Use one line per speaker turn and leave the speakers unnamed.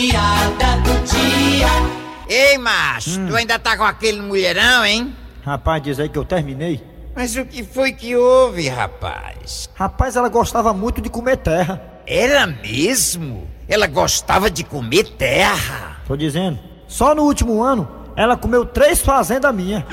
piada do dia.
Ei, macho, tu ainda tá com aquele mulherão, hein?
Rapaz, diz aí que eu terminei.
Mas o que foi que houve, rapaz?
Rapaz, ela gostava muito de comer terra.
Era mesmo? Ela gostava de comer terra.
Tô dizendo. Só no último ano, ela comeu três fazendas minhas.